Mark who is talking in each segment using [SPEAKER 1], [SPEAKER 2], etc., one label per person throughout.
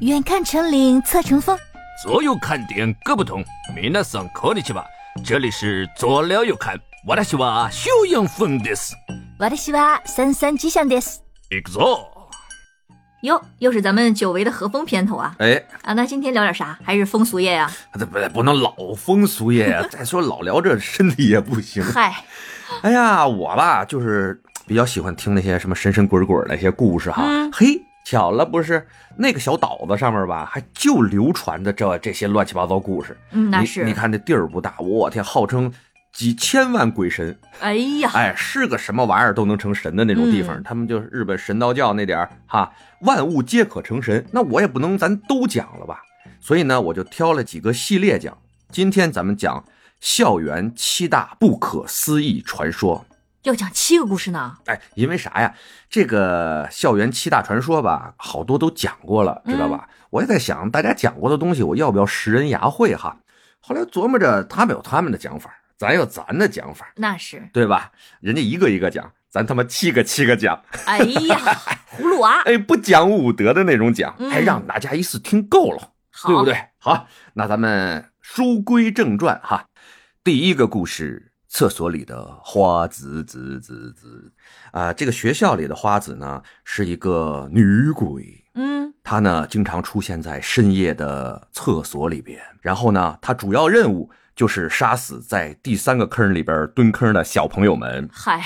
[SPEAKER 1] 远看成岭侧成峰。
[SPEAKER 2] 所有看点各不同。皆さんこんにちは，这里是左聊右看，私は修养分です。
[SPEAKER 1] 私は三三吉祥です。
[SPEAKER 2] 行くぞ。
[SPEAKER 3] 哟，又是咱们久违的和风片头啊！
[SPEAKER 4] 哎，
[SPEAKER 3] 啊，那今天聊点啥？还是风俗业啊呀、
[SPEAKER 4] 这不不能老风俗业呀、 再说老聊这身体也不 行。
[SPEAKER 3] 嗨，
[SPEAKER 4] 哎呀，我吧就是比较喜欢听那些什么神神鬼鬼的一些故事哈。
[SPEAKER 3] 嗯
[SPEAKER 4] 嘿，巧了不是，那个小岛子上面吧，还就流传着这这些乱七八糟故事。
[SPEAKER 3] 嗯，那
[SPEAKER 4] 你
[SPEAKER 3] 是。
[SPEAKER 4] 你看这地儿不大，我天，号称几千万鬼神，
[SPEAKER 3] 哎呀，
[SPEAKER 4] 哎，是个什么玩意儿都能成神的那种地方。
[SPEAKER 3] 嗯
[SPEAKER 4] 他们就是日本神道教那点儿哈，万物皆可成神。那我也不能咱都讲了吧，所以呢，我就挑了几个系列讲。今天咱们讲校园七大不可思议传说。
[SPEAKER 3] 要讲七个故事呢。
[SPEAKER 4] 哎，因为啥呀？这个校园七大传说吧，好多都讲过了，知道吧？我也在想，大家讲过的东西，我要不要拾人牙慧哈？后来琢磨着，他们有他们的讲法，咱有咱的讲法。
[SPEAKER 3] 那是。
[SPEAKER 4] 对吧？人家一个一个讲，咱他妈七个七个讲，
[SPEAKER 3] 哎 呀，葫芦娃、
[SPEAKER 4] 哎，不讲武德的那种讲，
[SPEAKER 3] 嗯
[SPEAKER 4] 还让大家一次听够了，
[SPEAKER 3] 好，
[SPEAKER 4] 对不？对？好，那咱们书归正传哈，第一个故事。厕所里的花子子子子，啊、这个学校里的花子呢是一个女鬼，
[SPEAKER 3] 嗯，
[SPEAKER 4] 她呢经常出现在深夜的厕所里边。然后呢，她主要任务就是杀死在第三个坑里边蹲坑的小朋友们。
[SPEAKER 3] 嗨，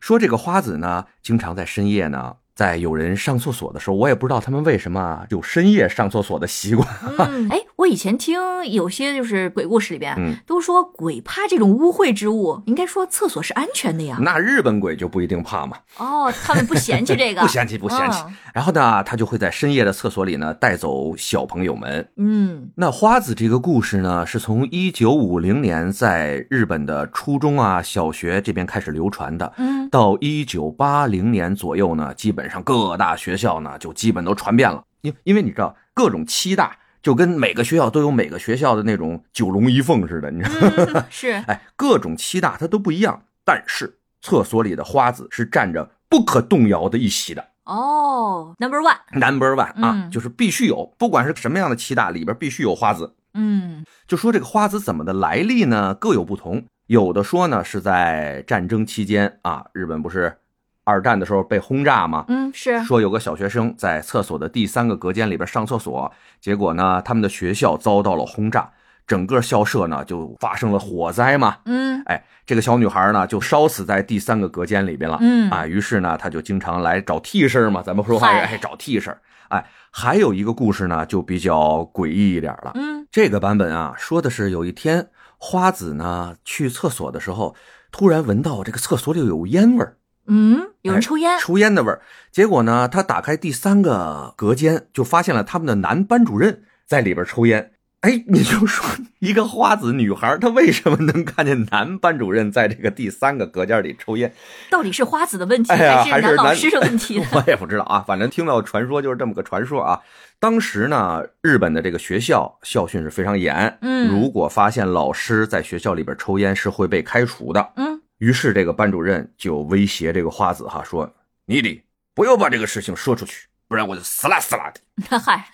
[SPEAKER 4] 说这个花子呢，经常在深夜呢，在有人上厕所的时候，我也不知道他们为什么啊有深夜上厕所的习惯。
[SPEAKER 3] 嗯，哎，我以前听有些就是鬼故事里边、
[SPEAKER 4] 嗯
[SPEAKER 3] 都说鬼怕这种污秽之物，应该说厕所是安全的呀。
[SPEAKER 4] 那日本鬼就不一定怕嘛，
[SPEAKER 3] 哦，他们不嫌弃这个，
[SPEAKER 4] 不嫌弃，不嫌弃。
[SPEAKER 3] 嗯
[SPEAKER 4] 然后呢，他就会在深夜的厕所里呢，带走小朋友们。
[SPEAKER 3] 嗯，
[SPEAKER 4] 那花子这个故事呢，是从一九五零年在日本的初中啊、小学这边开始流传的。
[SPEAKER 3] 嗯，
[SPEAKER 4] 到一九八零年左右呢，基本上各大学校呢就基本都传遍了，因因为你知道各种七大，就跟每个学校都有每个学校的那种九龙一凤似的，你知道吗？
[SPEAKER 3] 嗯是，
[SPEAKER 4] 哎，各种七大它都不一样，但是厕所里的花子是占着不可动摇的一席的。
[SPEAKER 3] 哦，Number One，
[SPEAKER 4] Number one 啊，
[SPEAKER 3] 嗯
[SPEAKER 4] 就是必须有，不管是什么样的七大，里边必须有花子。
[SPEAKER 3] 嗯，
[SPEAKER 4] 就说这个花子怎么的来历呢，各有不同。有的说呢是在战争期间啊，日本不是二战的时候被轰炸吗？
[SPEAKER 3] 嗯，是，
[SPEAKER 4] 说有个小学生在厕所的第三个隔间里边上厕所，结果呢，他们的学校遭到了轰炸，整个校舍呢就发生了火灾嘛。
[SPEAKER 3] 嗯
[SPEAKER 4] 哎，这个小女孩呢就烧死在第三个隔间里边了。
[SPEAKER 3] 嗯
[SPEAKER 4] 啊，于是呢，她就经常来找替身嘛，咱们说话
[SPEAKER 3] 嗨
[SPEAKER 4] 哎找替身。哎，还有一个故事呢，就比较诡异一点了。
[SPEAKER 3] 嗯，
[SPEAKER 4] 这个版本啊，说的是有一天花子呢去厕所的时候，突然闻到这个厕所里有烟味儿，
[SPEAKER 3] 嗯，有人
[SPEAKER 4] 哎
[SPEAKER 3] 抽烟，
[SPEAKER 4] 抽烟的味儿。结果呢，他打开第三个隔间，就发现了他们的男班主任在里边抽烟。哎，你就说一个花子女孩，她为什么能看见男班主任在这个第三个隔间里抽烟？
[SPEAKER 3] 到底是花子的问题，
[SPEAKER 4] 哎呀
[SPEAKER 3] 还是
[SPEAKER 4] 还
[SPEAKER 3] 男
[SPEAKER 4] 是
[SPEAKER 3] 老
[SPEAKER 4] 男
[SPEAKER 3] 师的问题呢？
[SPEAKER 4] 我也不知道啊，反正听到传说就是这么个传说啊。当时呢，日本的这个学校校训是非常严，
[SPEAKER 3] 嗯
[SPEAKER 4] 如果发现老师在学校里边抽烟是会被开除的。
[SPEAKER 3] 嗯，
[SPEAKER 4] 于是这个班主任就威胁这个花子哈说：“你得不要把这个事情说出去，不然我就死啦死啦的。
[SPEAKER 3] 那嗨，”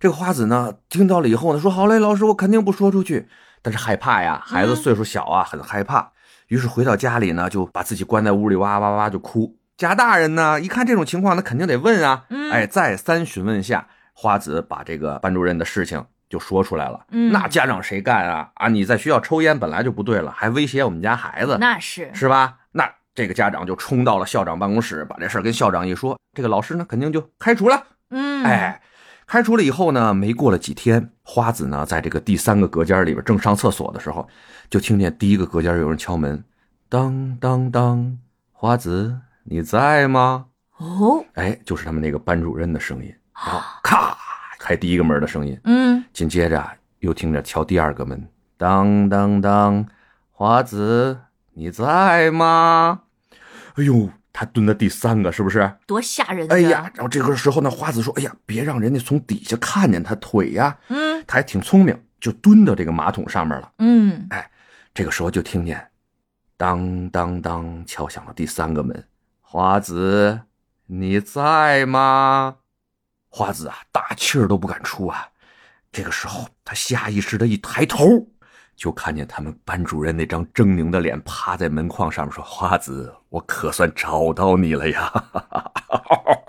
[SPEAKER 4] 这个花子呢听到了以后呢说：“好嘞，老师，我肯定不说出去。”但是害怕呀，孩子
[SPEAKER 3] 嗯
[SPEAKER 4] 岁数小啊，很害怕。于是回到家里呢，就把自己关在屋里哇哇哇就哭。家大人呢一看这种情况，那肯定得问啊。
[SPEAKER 3] 嗯
[SPEAKER 4] 哎，再三询问下，花子把这个班主任的事情就说出来了。
[SPEAKER 3] 嗯
[SPEAKER 4] 那家长谁干啊？啊，你在学校抽烟本来就不对了，还威胁我们家孩子，
[SPEAKER 3] 那是，
[SPEAKER 4] 是吧？那这个家长就冲到了校长办公室，把这事儿跟校长一说，这个老师呢肯定就开除了。
[SPEAKER 3] 嗯，，
[SPEAKER 4] 哎，开除了以后呢，没过了几天，花子呢在这个第三个隔间里边正上厕所的时候，就听见第一个隔间有人敲门，当当当，花子你在吗？
[SPEAKER 3] 哦，
[SPEAKER 4] 哎，就是他们那个班主任的声音，然后咔开第一个门的声音，
[SPEAKER 3] 嗯，
[SPEAKER 4] 紧接着啊又听着敲第二个门，当当当，华子你在吗？哎呦，他蹲的第三个是不是？
[SPEAKER 3] 多吓人！
[SPEAKER 4] 哎呀，，然后这个时候呢，花子说：“哎呀，别让人家从底下看见他腿呀。
[SPEAKER 3] 嗯”
[SPEAKER 4] 他还挺聪明，就蹲到这个马桶上面了。
[SPEAKER 3] 嗯，
[SPEAKER 4] 这个时候就听见当当当敲响了第三个门，花子你在吗？花子啊，大气儿都不敢出啊。这个时候，他下意识的一抬头，就看见他们班主任那张狰狞的脸趴在门框上面，说：“花子，我可算找到你了呀！”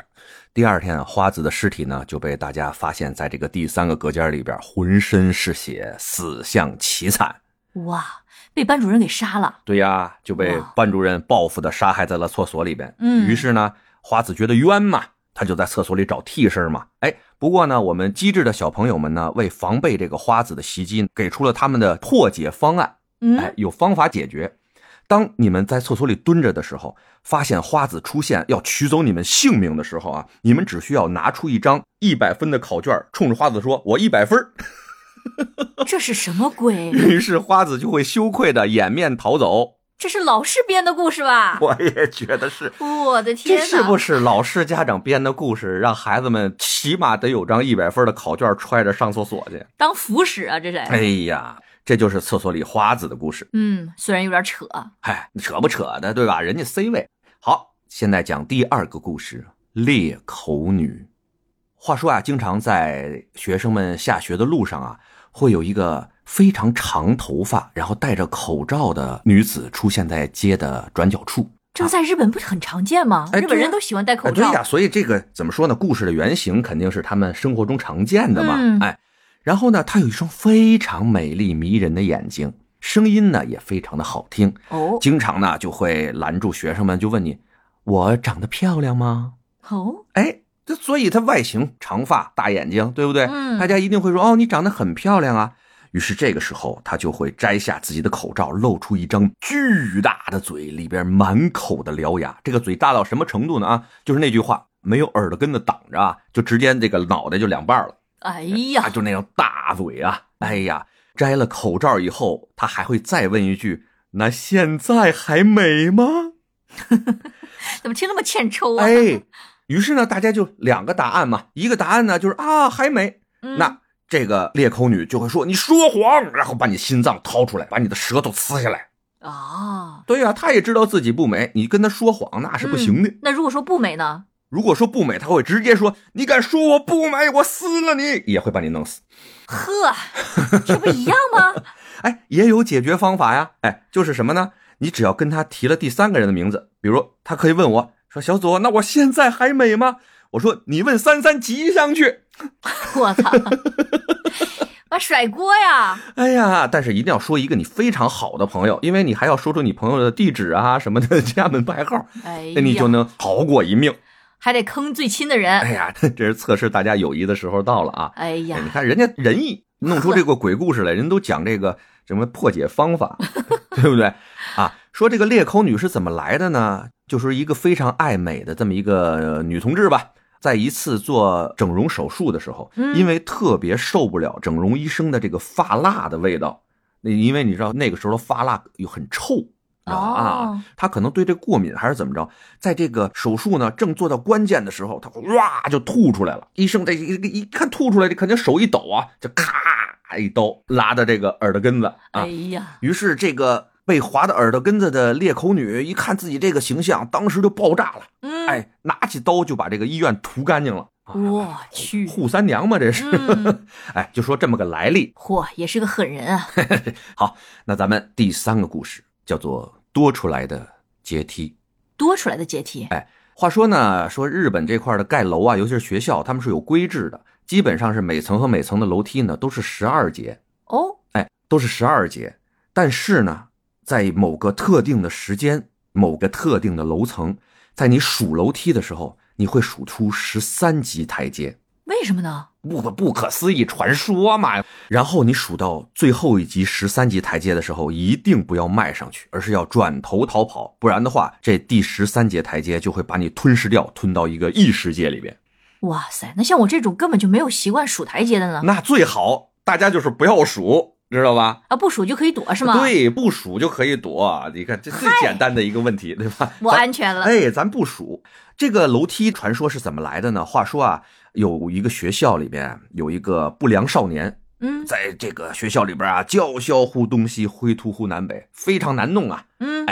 [SPEAKER 4] 第二天啊，花子的尸体呢就被大家发现在这个第三个隔间里边，浑身是血，死相凄惨。
[SPEAKER 3] 哇，被班主任给杀了。
[SPEAKER 4] 对呀，就被
[SPEAKER 3] 哇
[SPEAKER 4] 班主任报复的杀害在了厕所里边。
[SPEAKER 3] 嗯
[SPEAKER 4] 于是呢，花子觉得冤嘛，他就在厕所里找替身嘛。哎，不过呢，我们机智的小朋友们呢，为防备这个花子的袭击，给出了他们的破解方案。哎
[SPEAKER 3] 嗯，，
[SPEAKER 4] 有方法解决。当你们在厕所里蹲着的时候，发现花子出现要取走你们性命的时候啊，你们只需要拿出一张一百分的考卷，冲着花子说：“我一 百分儿。”？
[SPEAKER 3] 这是什么鬼
[SPEAKER 4] 于是花子就会羞愧的掩面逃走。
[SPEAKER 3] 这是老师编的故事吧？
[SPEAKER 4] 我也觉得是，
[SPEAKER 3] 我的天
[SPEAKER 4] 这
[SPEAKER 3] 哪！
[SPEAKER 4] 是不是老师家长编的故事？让孩子们起码得有张一百分的考卷，揣着上厕所去。
[SPEAKER 3] 当腐使啊？这是。
[SPEAKER 4] 哎呀，这就是厕所里花子的故事。
[SPEAKER 3] 嗯，虽然有点扯。啊
[SPEAKER 4] 嗨，扯不扯的，对吧？人家 C 位。好，现在讲第二个故事——裂口女。话说啊，经常在学生们下学的路上啊，会有一个非常长头发，然后戴着口罩的女子出现在街的转角处。
[SPEAKER 3] 这个在日本不是很常见吗？
[SPEAKER 4] 啊哎
[SPEAKER 3] 日本
[SPEAKER 4] 对呀
[SPEAKER 3] 人都喜欢戴口
[SPEAKER 4] 哎，对
[SPEAKER 3] 罩。
[SPEAKER 4] 呀、所以这个怎么说呢？故事的原型肯定是他们生活中常见的嘛。
[SPEAKER 3] 嗯
[SPEAKER 4] 哎，然后呢，她有一双非常美丽迷人的眼睛，声音呢也非常的好听。
[SPEAKER 3] 哦
[SPEAKER 4] 经常呢就会拦住学生们，就问你：“我长得漂亮吗
[SPEAKER 3] 哦，？”
[SPEAKER 4] 哎，这所以她外形长发大眼睛，对不对？
[SPEAKER 3] 嗯
[SPEAKER 4] 大家一定会说：“哦，你长得很漂亮啊。”于是这个时候，她就会摘下自己的口罩，露出一张巨大的嘴，里边满口的獠牙。这个嘴大到什么程度呢？啊，就是那句话，没有耳朵根子挡着啊，就直接这个脑袋就两半了。
[SPEAKER 3] 哎
[SPEAKER 4] 啊，
[SPEAKER 3] 呀，
[SPEAKER 4] 就那种大嘴啊！哎呀，摘了口罩以后，他还会再问一句：“那现在还美吗
[SPEAKER 3] 怎么听那么欠抽？”啊？
[SPEAKER 4] 哎，于是呢，大家就两个答案嘛，一个答案呢就是啊还美，
[SPEAKER 3] 嗯
[SPEAKER 4] 那这个裂口女就会说你说谎，然后把你心脏掏出来，把你的舌头撕下来。
[SPEAKER 3] 啊，
[SPEAKER 4] 对呀、她也知道自己不美，你跟她说谎那是不行的。
[SPEAKER 3] 嗯那如果说不美呢？
[SPEAKER 4] 如果说不美，她会直接说你敢说我不美，我撕了你，也会把你弄死。
[SPEAKER 3] 呵，这不一样吗？
[SPEAKER 4] 哎，也有解决方法呀。哎，就是什么呢？你只要跟他提了第三个人的名字，比如他可以问我说：“小左，那我现在还美吗？”我说：“你问三三吉祥去。
[SPEAKER 3] 我操！妈甩锅呀！”
[SPEAKER 4] 哎呀，但是一定要说一个你非常好的朋友，因为你还要说出你朋友的地址啊什么的家门牌号，
[SPEAKER 3] 哎呀，
[SPEAKER 4] 那你就能逃过一命。
[SPEAKER 3] 还得坑最亲的人。
[SPEAKER 4] 哎呀，这是测试大家友谊的时候到了啊！
[SPEAKER 3] 哎
[SPEAKER 4] 哎你
[SPEAKER 3] 呀，
[SPEAKER 4] 看人家仁义弄出这个鬼故事来，人都讲这个什么破解方法， 对不对啊？说这个裂口女是怎么来的呢？就是一个非常爱美的这么一个呃女同志吧，在一次做整容手术的时候，
[SPEAKER 3] 嗯
[SPEAKER 4] 因为特别受不了整容医生的这个发蜡的味道，那因为你知道那个时候的发蜡又很臭。知道吧
[SPEAKER 3] 哦
[SPEAKER 4] 啊，她可能对这过敏还是怎么着，在这个手术呢正做到关键的时候，她哇就吐出来了。医生这一一一看吐出来，这肯定手一抖啊，就咔一刀拉到这个耳朵根子啊
[SPEAKER 3] 哎。呀，
[SPEAKER 4] 于是这个被划到耳朵根子的裂口女一看自己这个形象，当时就爆炸了，
[SPEAKER 3] 嗯，
[SPEAKER 4] 哎，拿起刀就把这个医院屠干净了。啊
[SPEAKER 3] 我去，
[SPEAKER 4] 扈三娘嘛，这是，
[SPEAKER 3] 嗯
[SPEAKER 4] 哎，就说这么个来历。
[SPEAKER 3] 嚯，也是个狠人啊！
[SPEAKER 4] 那咱们第三个故事叫做多出来的阶梯。
[SPEAKER 3] 多出来的阶梯，
[SPEAKER 4] 话说呢，说日本这块的盖楼啊，尤其是学校，他们是有规制的，基本上是每层和每层的楼梯呢都是十二节，
[SPEAKER 3] 哦，
[SPEAKER 4] 哎，都是十二节。但是呢，在某个特定的时间、某个特定的楼层，在你数楼梯的时候，你会数出十三级台阶，
[SPEAKER 3] 为什么呢？
[SPEAKER 4] 不可不可思议传说嘛。然后你数到最后一级十三级台阶的时候，一定不要迈上去，而是要转头逃跑，不然的话，这第十三节台阶就会把你吞噬掉，吞到一个异世界里边。
[SPEAKER 3] 哇塞，那像我这种根本就没有习惯数台阶的呢，
[SPEAKER 4] 那最好大家就是不要数，知道吧？
[SPEAKER 3] 啊，不数就可以躲是吗？，
[SPEAKER 4] 对，不数就可以躲。你看，这最简单的一个问题，对吧？
[SPEAKER 3] 我
[SPEAKER 4] 咱
[SPEAKER 3] 安全了。
[SPEAKER 4] 哎，咱不数这个楼梯传说是怎么来的呢？话说啊，有一个学校里边有一个不良少年，
[SPEAKER 3] 嗯
[SPEAKER 4] 在这个学校里边啊，叫嚣乎东西，挥突乎南北，非常难弄啊。
[SPEAKER 3] 嗯，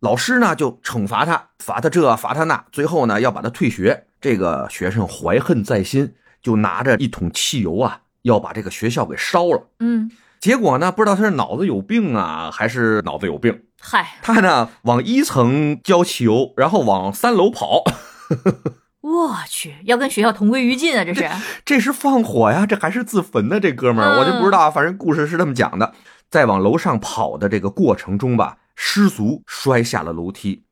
[SPEAKER 4] 老师呢就惩罚他，罚他这，罚他那，最后呢要把他退学。这个学生怀恨在心，就拿着一桶汽油啊，要把这个学校给烧了。
[SPEAKER 3] 嗯，
[SPEAKER 4] 结果呢，不知道他是脑子有病啊，还是脑子有病，
[SPEAKER 3] 嗨，
[SPEAKER 4] 他呢往一层浇汽油，然后往三楼跑。
[SPEAKER 3] 我去，要跟学校同归于尽啊！这是，
[SPEAKER 4] 这是放火呀，这 还是自焚呢？这哥们儿，
[SPEAKER 3] 嗯
[SPEAKER 4] 我就不知道啊，反正故事是这么讲的。在往楼上跑的这个过程中吧，失足摔下了楼梯，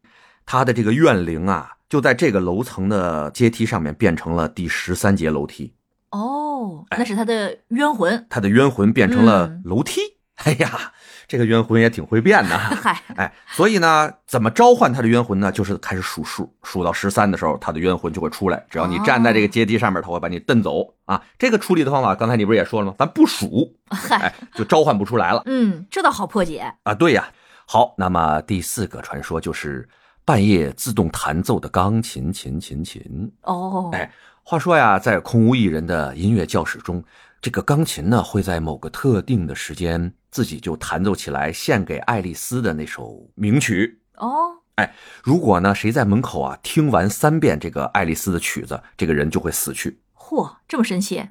[SPEAKER 4] 他的这个怨灵啊，就在这个楼层的阶梯上面变成了第十三节楼梯，
[SPEAKER 3] 哦，
[SPEAKER 4] 哎
[SPEAKER 3] 那是他的冤魂。
[SPEAKER 4] 他的冤魂变成了
[SPEAKER 3] 嗯。
[SPEAKER 4] 楼梯。 哎呀，这个冤魂也挺会变的
[SPEAKER 3] 嗨，
[SPEAKER 4] 哎，所以呢，怎么召唤他的冤魂呢？就是开始数数，数到十三的时候，他的冤魂就会出来。只要你站在这个阶梯上面，他会把你蹬走啊。这个处理的方法，刚才你不是也说了吗？咱不数，哎，就召唤不出来了
[SPEAKER 3] 嗯，这倒好破解。
[SPEAKER 4] 啊。对呀，好，那么第四个传说就是半夜自动弹奏的钢琴，琴琴琴。
[SPEAKER 3] 哦，
[SPEAKER 4] 哎话说呀，在空无一人的音乐教室中，这个钢琴呢会在某个特定的时间自己就弹奏起来献给爱丽丝的那首名曲。
[SPEAKER 3] 哦，
[SPEAKER 4] 如果呢，谁在门口啊听完三遍这个爱丽丝的曲子，这个人就会死去。
[SPEAKER 3] 嚯，这么神奇。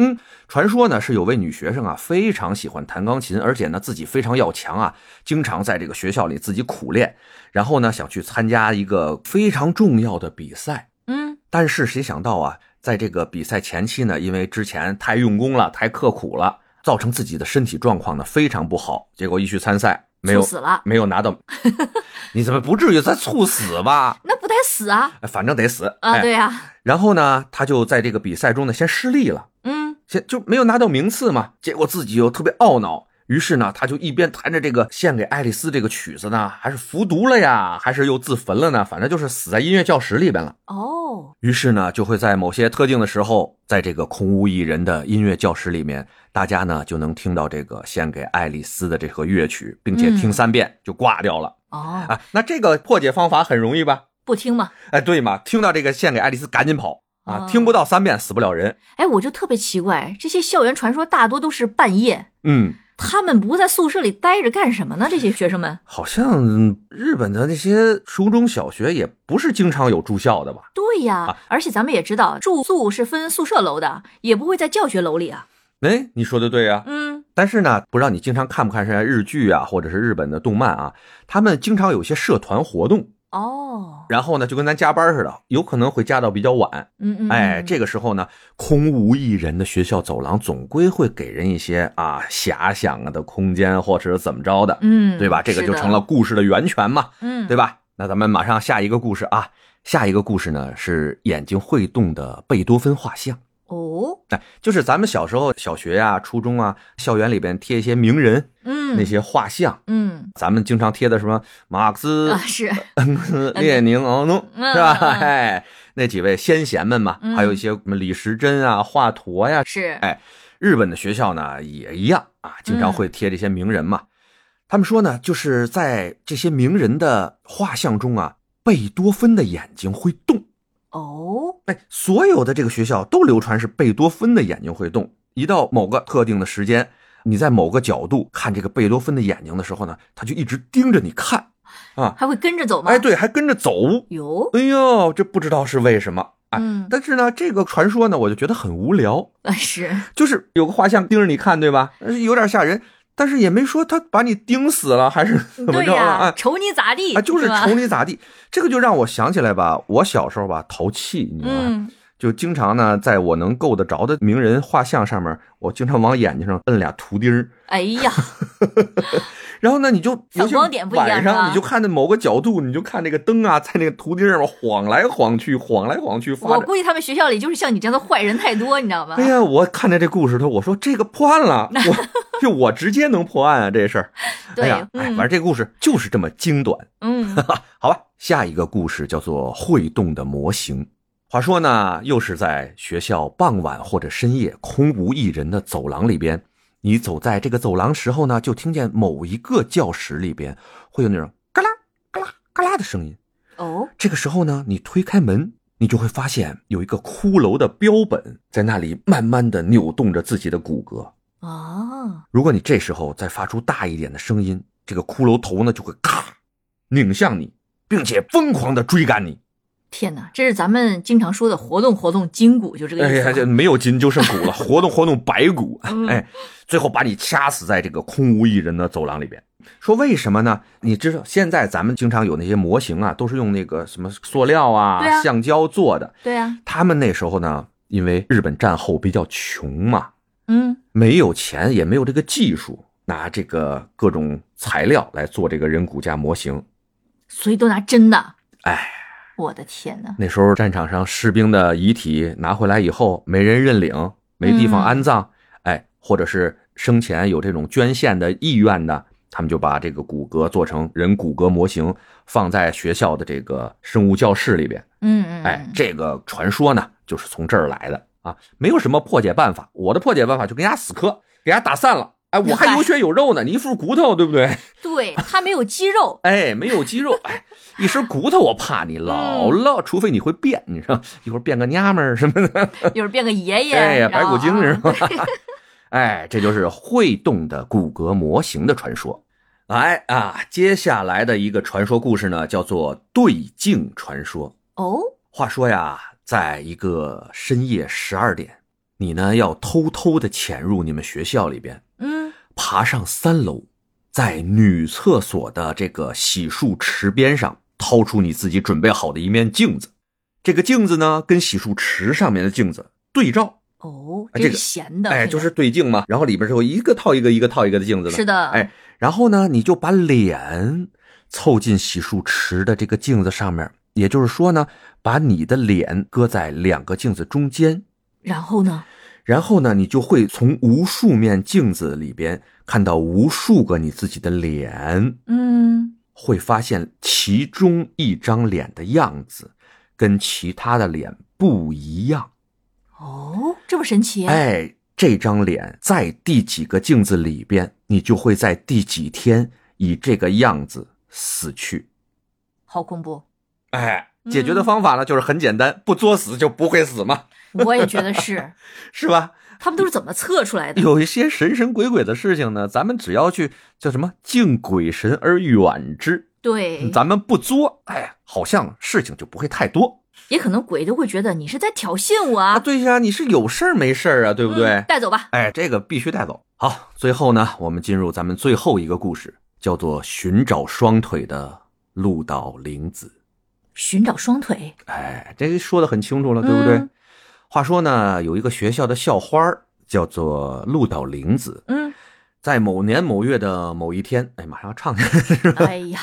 [SPEAKER 4] 传说呢是有位女学生啊，非常喜欢弹钢琴，而且呢自己非常要强啊，经常在这个学校里自己苦练，然后呢想去参加一个非常重要的比赛。
[SPEAKER 3] 嗯，
[SPEAKER 4] 但是谁想到啊，在这个比赛前期呢，因为之前太用功了，太刻苦了，造成自己的身体状况呢非常不好，结果一去参赛没有
[SPEAKER 3] 猝死了，
[SPEAKER 4] 没有拿到， 你怎么不至于咱猝死吧？
[SPEAKER 3] 那不得死啊？
[SPEAKER 4] 反正得死
[SPEAKER 3] 啊，
[SPEAKER 4] 哎
[SPEAKER 3] 对呀，
[SPEAKER 4] 然后呢，他就在这个比赛中呢先失利了，
[SPEAKER 3] 嗯，
[SPEAKER 4] 先就没有拿到名次嘛，结果自己又特别懊恼。于是呢，他就一边弹着这个献给爱丽丝这个曲子呢，还是服毒了呀，还是又自焚了呢？反正就是死在音乐教室里边了。
[SPEAKER 3] 哦，
[SPEAKER 4] 于是呢，就会在某些特定的时候，在这个空无一人的音乐教室里面，大家呢就能听到这个献给爱丽丝的这个乐曲，并且听
[SPEAKER 3] 嗯
[SPEAKER 4] 三遍就挂掉了、
[SPEAKER 3] 哦，
[SPEAKER 4] 啊。那这个破解方法很容易吧？
[SPEAKER 3] 不听嘛。
[SPEAKER 4] 哎，对嘛，听到这个献给爱丽丝，赶紧跑
[SPEAKER 3] 哦
[SPEAKER 4] 啊！听不到三遍死不了人。
[SPEAKER 3] 哎，我就特别奇怪，这些校园传说大多都是半夜，
[SPEAKER 4] 嗯，
[SPEAKER 3] 他们不在宿舍里待着干什么呢？这些学生们。
[SPEAKER 4] 好像日本的那些初中小学也不是经常有住校的吧？
[SPEAKER 3] 对呀，
[SPEAKER 4] 啊
[SPEAKER 3] 而且咱们也知道，住宿是分宿舍楼的，也不会在教学楼里啊。
[SPEAKER 4] 哎，你说的对啊。
[SPEAKER 3] 嗯，
[SPEAKER 4] 但是呢，不知道你经常看不看现在日剧啊，或者是日本的动漫啊，他们经常有一些社团活动，
[SPEAKER 3] 哦，
[SPEAKER 4] 然后呢，就跟咱加班似的，有可能会加到比较晚。
[SPEAKER 3] 嗯嗯，
[SPEAKER 4] 哎，
[SPEAKER 3] 嗯
[SPEAKER 4] 这个时候呢，空无一人的学校走廊总归会给人一些啊遐想啊的空间，或者是怎么着的，
[SPEAKER 3] 嗯，
[SPEAKER 4] 对吧？这个
[SPEAKER 3] 是
[SPEAKER 4] 就
[SPEAKER 3] 的
[SPEAKER 4] 成了，故事的源泉嘛。
[SPEAKER 3] 嗯，
[SPEAKER 4] 对
[SPEAKER 3] 吧？
[SPEAKER 4] 吧？那咱们马上下一个故事啊，下一个故事呢是眼睛会动的贝多芬画像。
[SPEAKER 3] 哦，
[SPEAKER 4] 哎，就是咱们小时候小学呀、初中啊，校园里边贴一些名人、
[SPEAKER 3] 嗯，
[SPEAKER 4] 那，些画像，
[SPEAKER 3] 嗯
[SPEAKER 4] 咱们经常贴的什么马克思、
[SPEAKER 3] 啊，是，
[SPEAKER 4] 恩格斯列宁、敖农
[SPEAKER 3] 嗯
[SPEAKER 4] 是吧？
[SPEAKER 3] 嗯
[SPEAKER 4] 哎，那几位先贤们嘛，
[SPEAKER 3] 嗯
[SPEAKER 4] 还有一些什么李时珍啊、华佗呀、
[SPEAKER 3] 是，
[SPEAKER 4] 哎日本的学校呢也一样啊，经常会贴这些名人嘛。他们说呢，就是在这些名人的画像中啊，贝多芬的眼睛会动。
[SPEAKER 3] 哦，
[SPEAKER 4] 哎，所有的这个学校都流传是贝多芬的眼睛会动。一到某个特定的时间，你在某个角度看这个贝多芬的眼睛的时候呢，他就一直盯着你看啊。
[SPEAKER 3] 还会跟着走吗？
[SPEAKER 4] 哎，，对，还跟着走。
[SPEAKER 3] 哟，
[SPEAKER 4] 哎呦，这不知道是为什么。哎，
[SPEAKER 3] 嗯，
[SPEAKER 4] 但是呢，这个传说呢，我就觉得很无聊。
[SPEAKER 3] 啊 是，
[SPEAKER 4] 就是有个画像盯着你看，对吧？呃有点吓人，但是也没说他把你盯死了，还是怎么
[SPEAKER 3] 对
[SPEAKER 4] 着啊
[SPEAKER 3] 呀，？瞅你咋地，
[SPEAKER 4] 啊，就是
[SPEAKER 3] 吧
[SPEAKER 4] 瞅你咋地。这个就让我想起来吧，我小时候吧淘气，你知道吧？
[SPEAKER 3] 嗯，
[SPEAKER 4] 就经常呢，在我能够得着的名人画像上面，我经常往眼睛上摁俩图钉儿，
[SPEAKER 3] 哎呀，
[SPEAKER 4] 然后呢，你就尤
[SPEAKER 3] 反
[SPEAKER 4] 其
[SPEAKER 3] 光点不一样啊
[SPEAKER 4] 晚
[SPEAKER 3] 是
[SPEAKER 4] 上
[SPEAKER 3] 吧
[SPEAKER 4] 你就看那某个角度，你就看那个灯啊，在那个图钉上面晃来晃去，晃来晃去发
[SPEAKER 3] 我
[SPEAKER 4] 着。
[SPEAKER 3] 估计他们学校里就是像你这样的坏人太多，你知道吧？
[SPEAKER 4] 哎呀，我看着这故事，他我说这个破案了， 我就我直接能破案啊，这事儿。哎
[SPEAKER 3] 对
[SPEAKER 4] 呀，，哎，
[SPEAKER 3] 嗯
[SPEAKER 4] 反正这个故事就是这么精短，
[SPEAKER 3] 嗯，
[SPEAKER 4] 好吧？下一个故事叫做《会动的模型》。话说呢，又是在学校傍晚或者深夜空无一人的走廊里边，你走在这个走廊时候呢，就听见某一个教室里边会有那种嘎啦嘎啦嘎啦的声音。
[SPEAKER 3] 哦，
[SPEAKER 4] 这个时候呢，你推开门，你就会发现有一个骷髅的标本在那里慢慢的扭动着自己的骨骼。
[SPEAKER 3] 啊，
[SPEAKER 4] 如果你这时候再发出大一点的声音，这个骷髅头呢就会咔拧向你，并且疯狂的追赶你。
[SPEAKER 3] 天哪，这是咱们经常说的活动活动筋骨，就这个
[SPEAKER 4] 哎
[SPEAKER 3] 意思
[SPEAKER 4] 呀，
[SPEAKER 3] 啊。嗯
[SPEAKER 4] 这没有筋就剩骨 了，活动活动白骨。哎，最后把你掐死在这个空无一人的走廊里边。说为什么呢？你知道现在咱们经常有那些模型啊，都是用那个什么塑料啊、
[SPEAKER 3] 对啊
[SPEAKER 4] 橡胶做的。
[SPEAKER 3] 对啊，
[SPEAKER 4] 他们那时候呢，因为日本战后比较穷嘛，
[SPEAKER 3] 嗯，
[SPEAKER 4] 没有钱，也没有这个技术，拿这个各种材料来做这个人骨架模型。
[SPEAKER 3] 所以都拿真的。
[SPEAKER 4] 哎，
[SPEAKER 3] 我的天哪！
[SPEAKER 4] 那时候战场上士兵的遗体拿回来以后，没人认领，没地方安葬，哎，或者是生前有这种捐献的意愿的，他们就把这个骨骼做成人骨骼模型，放在学校的这个生物教室里边。
[SPEAKER 3] 嗯嗯，
[SPEAKER 4] 哎，这个传说呢，就是从这儿来的啊，没有什么破解办法。我的破解办法就跟人家死磕，给人家打散了。哎，我还有血有肉呢，你一副骨头，对不对？，
[SPEAKER 3] 对他没有肌肉
[SPEAKER 4] 哎，没有肌肉，哎，一身骨头我怕你老
[SPEAKER 3] 嗯
[SPEAKER 4] 了，除非你会变，你知道，一会儿变个娘们儿什么的，
[SPEAKER 3] 一会儿变个爷爷，
[SPEAKER 4] 哎呀，
[SPEAKER 3] 然
[SPEAKER 4] 白
[SPEAKER 3] 后
[SPEAKER 4] 骨精是
[SPEAKER 3] 啊
[SPEAKER 4] 吧？哎，这就是会动的骨骼模型的传说。来啊，接下来的一个传说故事呢，叫做对镜传说。
[SPEAKER 3] 哦，
[SPEAKER 4] 话说呀，在一个深夜十二点，你呢要偷偷的潜入你们学校里边，
[SPEAKER 3] 嗯，
[SPEAKER 4] 爬上三楼，在女厕所的这个洗漱池边上掏出你自己准备好的一面镜子。这个镜子呢，跟洗漱池上面的镜子对照，
[SPEAKER 3] 哦，
[SPEAKER 4] 哎
[SPEAKER 3] 这
[SPEAKER 4] 这
[SPEAKER 3] 是
[SPEAKER 4] 个
[SPEAKER 3] 闲的，
[SPEAKER 4] 哎，
[SPEAKER 3] 现在
[SPEAKER 4] 就是对镜嘛。然后里边是有一个套一个，一个套一个的镜子的。
[SPEAKER 3] 是的，
[SPEAKER 4] 哎，然后呢，你就把脸凑近洗漱池的这个镜子上面，也就是说呢，把你的脸搁在两个镜子中间，
[SPEAKER 3] 然后呢？
[SPEAKER 4] 然后呢，你就会从无数面镜子里边看到无数个你自己的脸，
[SPEAKER 3] 嗯，
[SPEAKER 4] 会发现其中一张脸的样子跟其他的脸不一样。
[SPEAKER 3] 哦，这么神奇，，
[SPEAKER 4] 哎，这张脸在第几个镜子里边，你就会在第几天以这个样子死去。
[SPEAKER 3] 好恐怖，
[SPEAKER 4] 哎，解决的方法呢，就是很简单，不作死就不会死嘛，
[SPEAKER 3] 我也觉得 是，
[SPEAKER 4] 是吧？
[SPEAKER 3] 他们都是怎么测出来的？
[SPEAKER 4] 有一些神神鬼鬼的事情呢，咱们只要去叫什么敬鬼神而远之，
[SPEAKER 3] 对，
[SPEAKER 4] 咱们不作，哎，好像事情就不会太多
[SPEAKER 3] 也可能鬼都会觉得你是在挑衅我啊，嗯
[SPEAKER 4] 啊。对呀、你是有事儿没事儿啊，对
[SPEAKER 3] 对
[SPEAKER 4] 不对？
[SPEAKER 3] 带走吧，
[SPEAKER 4] 哎，这个必须带走。好，最后呢，我们进入咱们最后一个故事，叫做《寻找双腿的鹿岛玲子》。
[SPEAKER 3] 寻找双腿，
[SPEAKER 4] 哎，这说的很清楚了，对不对？
[SPEAKER 3] 嗯
[SPEAKER 4] 话说呢，有一个学校的校花儿叫做鹿岛玲子，
[SPEAKER 3] 嗯，
[SPEAKER 4] 在某年某月的某一天，哎，马上要唱下来是吧
[SPEAKER 3] 哎呀，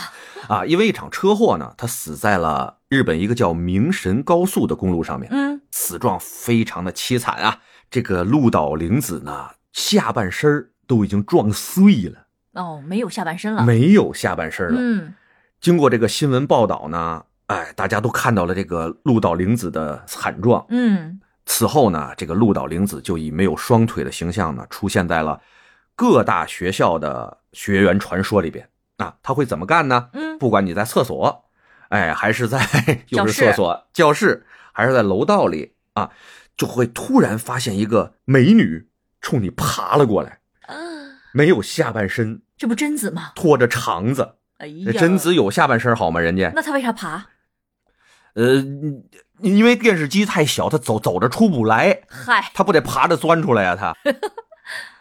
[SPEAKER 4] 啊，因为一场车祸呢，她死在了日本一个叫明神高速的公路上面。
[SPEAKER 3] 嗯，
[SPEAKER 4] 死状非常的凄惨啊！这个鹿岛玲子呢，下半身儿都已经撞碎了，
[SPEAKER 3] 哦，没有下半身了，
[SPEAKER 4] 没有下半身了。
[SPEAKER 3] 嗯，
[SPEAKER 4] 经过这个新闻报道呢，哎，大家都看到了这个鹿岛玲子的惨状。
[SPEAKER 3] 嗯，
[SPEAKER 4] 此后呢，这个鹿岛玲子就以没有双腿的形象呢，出现在了各大学校的学员传说里边。啊，他会怎么干呢？
[SPEAKER 3] 嗯
[SPEAKER 4] 不管你在厕所，哎，还是在又
[SPEAKER 3] 教
[SPEAKER 4] 是
[SPEAKER 3] 室
[SPEAKER 4] 厕所、教室，还是在楼道里啊，就会突然发现一个美女冲你爬了过来，
[SPEAKER 3] 啊，
[SPEAKER 4] 没有下半身，
[SPEAKER 3] 这不贞子吗？
[SPEAKER 4] 拖着肠子。
[SPEAKER 3] 哎
[SPEAKER 4] 这
[SPEAKER 3] 呀，
[SPEAKER 4] 贞子，有下半身好吗？人家
[SPEAKER 3] 那他为啥爬？
[SPEAKER 4] 呃，嗯因为电视机太小，他走走着出不来，
[SPEAKER 3] 嗨，
[SPEAKER 4] 他不得爬着钻出来呀、他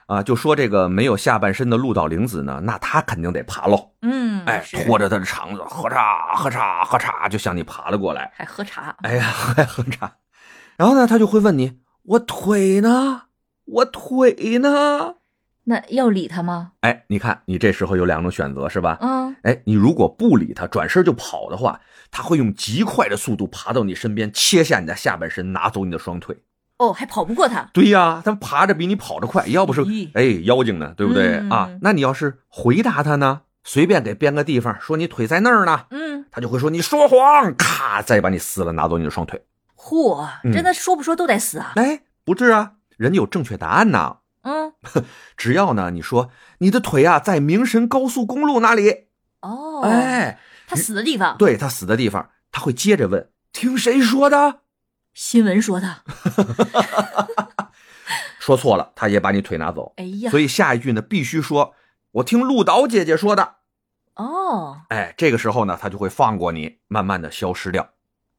[SPEAKER 4] 啊，就说这个没有下半身的鹿岛玲子呢，那他肯定得爬喽。
[SPEAKER 3] 嗯，
[SPEAKER 4] 哎，
[SPEAKER 3] 是
[SPEAKER 4] 拖着他的肠子，喝嚓喝嚓喝嚓，就向你爬了过来。
[SPEAKER 3] 还喝茶，
[SPEAKER 4] 哎呀， 还喝茶。然后呢，他就会问你：“我腿呢？我腿呢
[SPEAKER 3] 那要理他吗？？”
[SPEAKER 4] 哎，你看，你这时候有两种选择是吧？
[SPEAKER 3] 嗯，
[SPEAKER 4] 哎，你如果不理他，转身就跑的话，他会用极快的速度爬到你身边，切下你的下半身，拿走你的双腿。
[SPEAKER 3] 哦，还跑不过他，
[SPEAKER 4] 对呀，他爬着比你跑得快，要不是
[SPEAKER 3] 咦
[SPEAKER 4] 哎妖精呢，对不对、
[SPEAKER 3] 嗯
[SPEAKER 4] 啊？那你要是回答他呢，随便给编个地方，说你腿在那儿呢，
[SPEAKER 3] 嗯，
[SPEAKER 4] 他就会说你说谎，咔，再把你撕了，拿走你的双腿。
[SPEAKER 3] 嚯，
[SPEAKER 4] 嗯
[SPEAKER 3] 真的说不说都得死啊，
[SPEAKER 4] 哎，不是啊，人家有正确答案呐。
[SPEAKER 3] 嗯，
[SPEAKER 4] 只要呢，你说你的腿啊在明神高速公路那里，
[SPEAKER 3] 哦，，
[SPEAKER 4] 哎，
[SPEAKER 3] 他死的地方，
[SPEAKER 4] 对他死的地方，他会接着问，听谁说的？
[SPEAKER 3] 新闻说的，
[SPEAKER 4] 说错了，他也把你腿拿走。
[SPEAKER 3] 哎呀
[SPEAKER 4] 所，以下一句呢，必须说，我听鹿岛姐姐说的。
[SPEAKER 3] 哦，
[SPEAKER 4] 哎，这个时候呢，他就会放过你，慢慢的消失掉。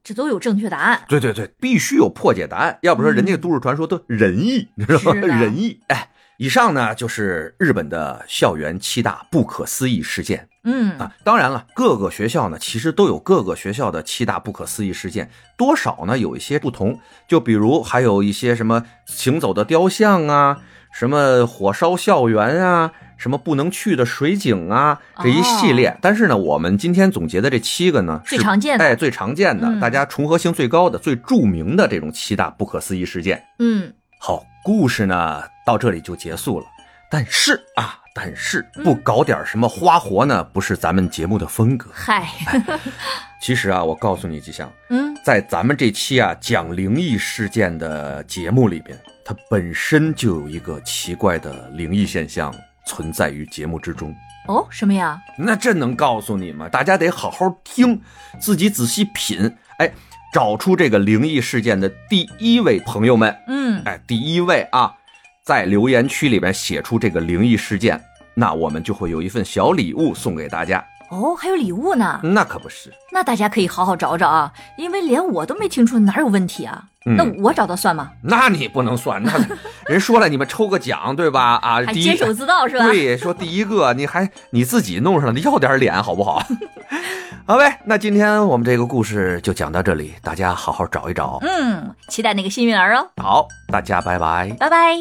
[SPEAKER 3] 这都有正确答案。
[SPEAKER 4] 对对对，必须有破解答案，要不说人家都市传说都仁义，你知道吗？
[SPEAKER 3] 嗯是的
[SPEAKER 4] 仁义。哎，以上呢就是日本的校园七大不可思议事件
[SPEAKER 3] 嗯，
[SPEAKER 4] 啊。当然了，各个学校呢其实都有各个学校的七大不可思议事件，多少呢有一些不同。就比如还有一些什么行走的雕像啊，什么火烧校园啊。什么不能去的水井啊，这一系列。但是呢，我们今天总结的这七个呢，
[SPEAKER 3] 哦最
[SPEAKER 4] 是
[SPEAKER 3] 常见的
[SPEAKER 4] 哎，最常见的、
[SPEAKER 3] 嗯
[SPEAKER 4] 大家重合性最高的、最著名的这种七大不可思议事件。
[SPEAKER 3] 嗯，
[SPEAKER 4] 好，故事呢到这里就结束了。但是啊，但是不搞点什么花活呢，不是咱们节目的风格。哎
[SPEAKER 3] 嗨，
[SPEAKER 4] 其实啊，我告诉你吉祥，
[SPEAKER 3] 嗯，
[SPEAKER 4] 在咱们这期啊讲灵异事件的节目里边，它本身就有一个奇怪的灵异现象存在于节目之中。
[SPEAKER 3] 哦，什么呀？
[SPEAKER 4] 那这能告诉你吗？大家得好好听，自己仔细品，哎，找出这个灵异事件的第一位朋友们，
[SPEAKER 3] 嗯，
[SPEAKER 4] 哎，第一位啊，在留言区里边写出这个灵异事件，那我们就会有一份小礼物送给大家。
[SPEAKER 3] 哦，还有礼物呢。
[SPEAKER 4] 那可不是，
[SPEAKER 3] 那大家可以好好找找啊，因为连我都没听出哪有问题啊。那
[SPEAKER 4] 嗯
[SPEAKER 3] 我找到算吗？
[SPEAKER 4] 那你不能 算，那人说了你们抽个奖对吧？啊，
[SPEAKER 3] 还
[SPEAKER 4] 第一
[SPEAKER 3] 监守自盗是吧？
[SPEAKER 4] 对，说第一个你还你自己弄上了，要点脸好不好？ 好呗，那今天我们这个故事就讲到这里，大家好好找一找。
[SPEAKER 3] 嗯，期待那个幸运儿哦，
[SPEAKER 4] 好，大家拜拜。
[SPEAKER 3] 拜拜。